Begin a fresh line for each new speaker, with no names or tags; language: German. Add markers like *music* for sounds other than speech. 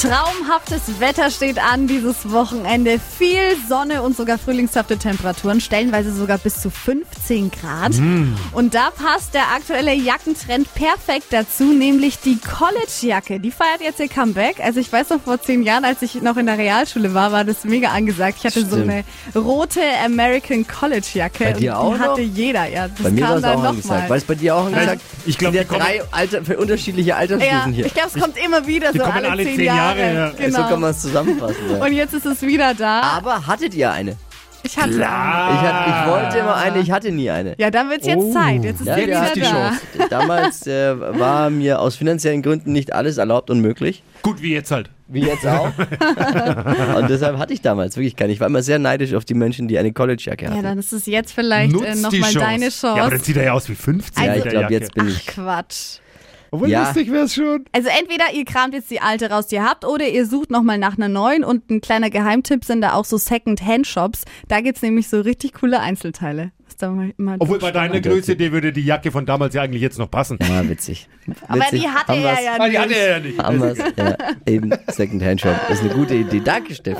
Traumhaftes Wetter steht an dieses Wochenende. Viel Sonne und sogar frühlingshafte Temperaturen, stellenweise sogar bis zu 15 Grad.
Mm.
Und da passt der aktuelle Jackentrend perfekt dazu, nämlich die College-Jacke. Die feiert jetzt ihr Comeback. Also ich weiß noch vor zehn Jahren, als ich noch in der Realschule war, war das mega angesagt. Ich hatte so eine
Stimmt.
rote American College-Jacke.
Bei dir
und
auch
die hatte
noch?
jeder. Ja, das
Bei mir
kam
war es
dann
auch
noch
angesagt.
mal.
War es bei dir auch angesagt?
ich glaub,
Sind ja
wir kommen-
drei Alter, für unterschiedliche Altersstufen
Ja,
hier.
ich glaube, es kommt immer wieder so
kommen
alle,
alle
zehn,
zehn
Jahre. Genau.
Jahre, ja.
So kann man es zusammenfassen. Ja.
Und jetzt ist es wieder da.
Aber hattet ihr eine?
Ich hatte
Ich, hatte,
Ah.
ich wollte immer eine, ich hatte nie eine.
Ja, dann wird's jetzt Zeit. Jetzt ist
Ja,
sie
ja.
wieder
Ist die
da.
Chance.
Damals äh, war mir aus finanziellen Gründen nicht alles erlaubt und möglich.
Gut, wie jetzt halt.
Wie
*laughs*
jetzt auch. und deshalb hatte ich damals wirklich keine. Ich war immer sehr neidisch auf die Menschen, die eine Collegejacke
Ja,
hatten.
dann ist es jetzt vielleicht äh, nochmal deine
Ja, aber
Chance.
dann sieht er ja aus wie 15.
Ja,
Also-
ich glaube, jetzt bin ich.
Quatsch.
Obwohl
Ja.
lustig wäre es schon.
Also entweder ihr kramt jetzt die alte raus, die ihr habt, oder ihr sucht nochmal nach einer neuen. Und ein kleiner Geheimtipp sind da auch so Second-Hand-Shops. Da gibt's nämlich so richtig coole Einzelteile. Ist da mal, mal
Obwohl bei deiner
Okay.
Größe, dir würde die Jacke von damals ja eigentlich jetzt noch passen.
Ah, witzig.
aber
witzig.
die hatte
Haben
er
wir's.
ja
Ah,
nicht.
die hatte er ja nicht.
Haben wir's. Ja, eben, Secondhand Shop. Das ist eine gute Idee. Danke, Steffi.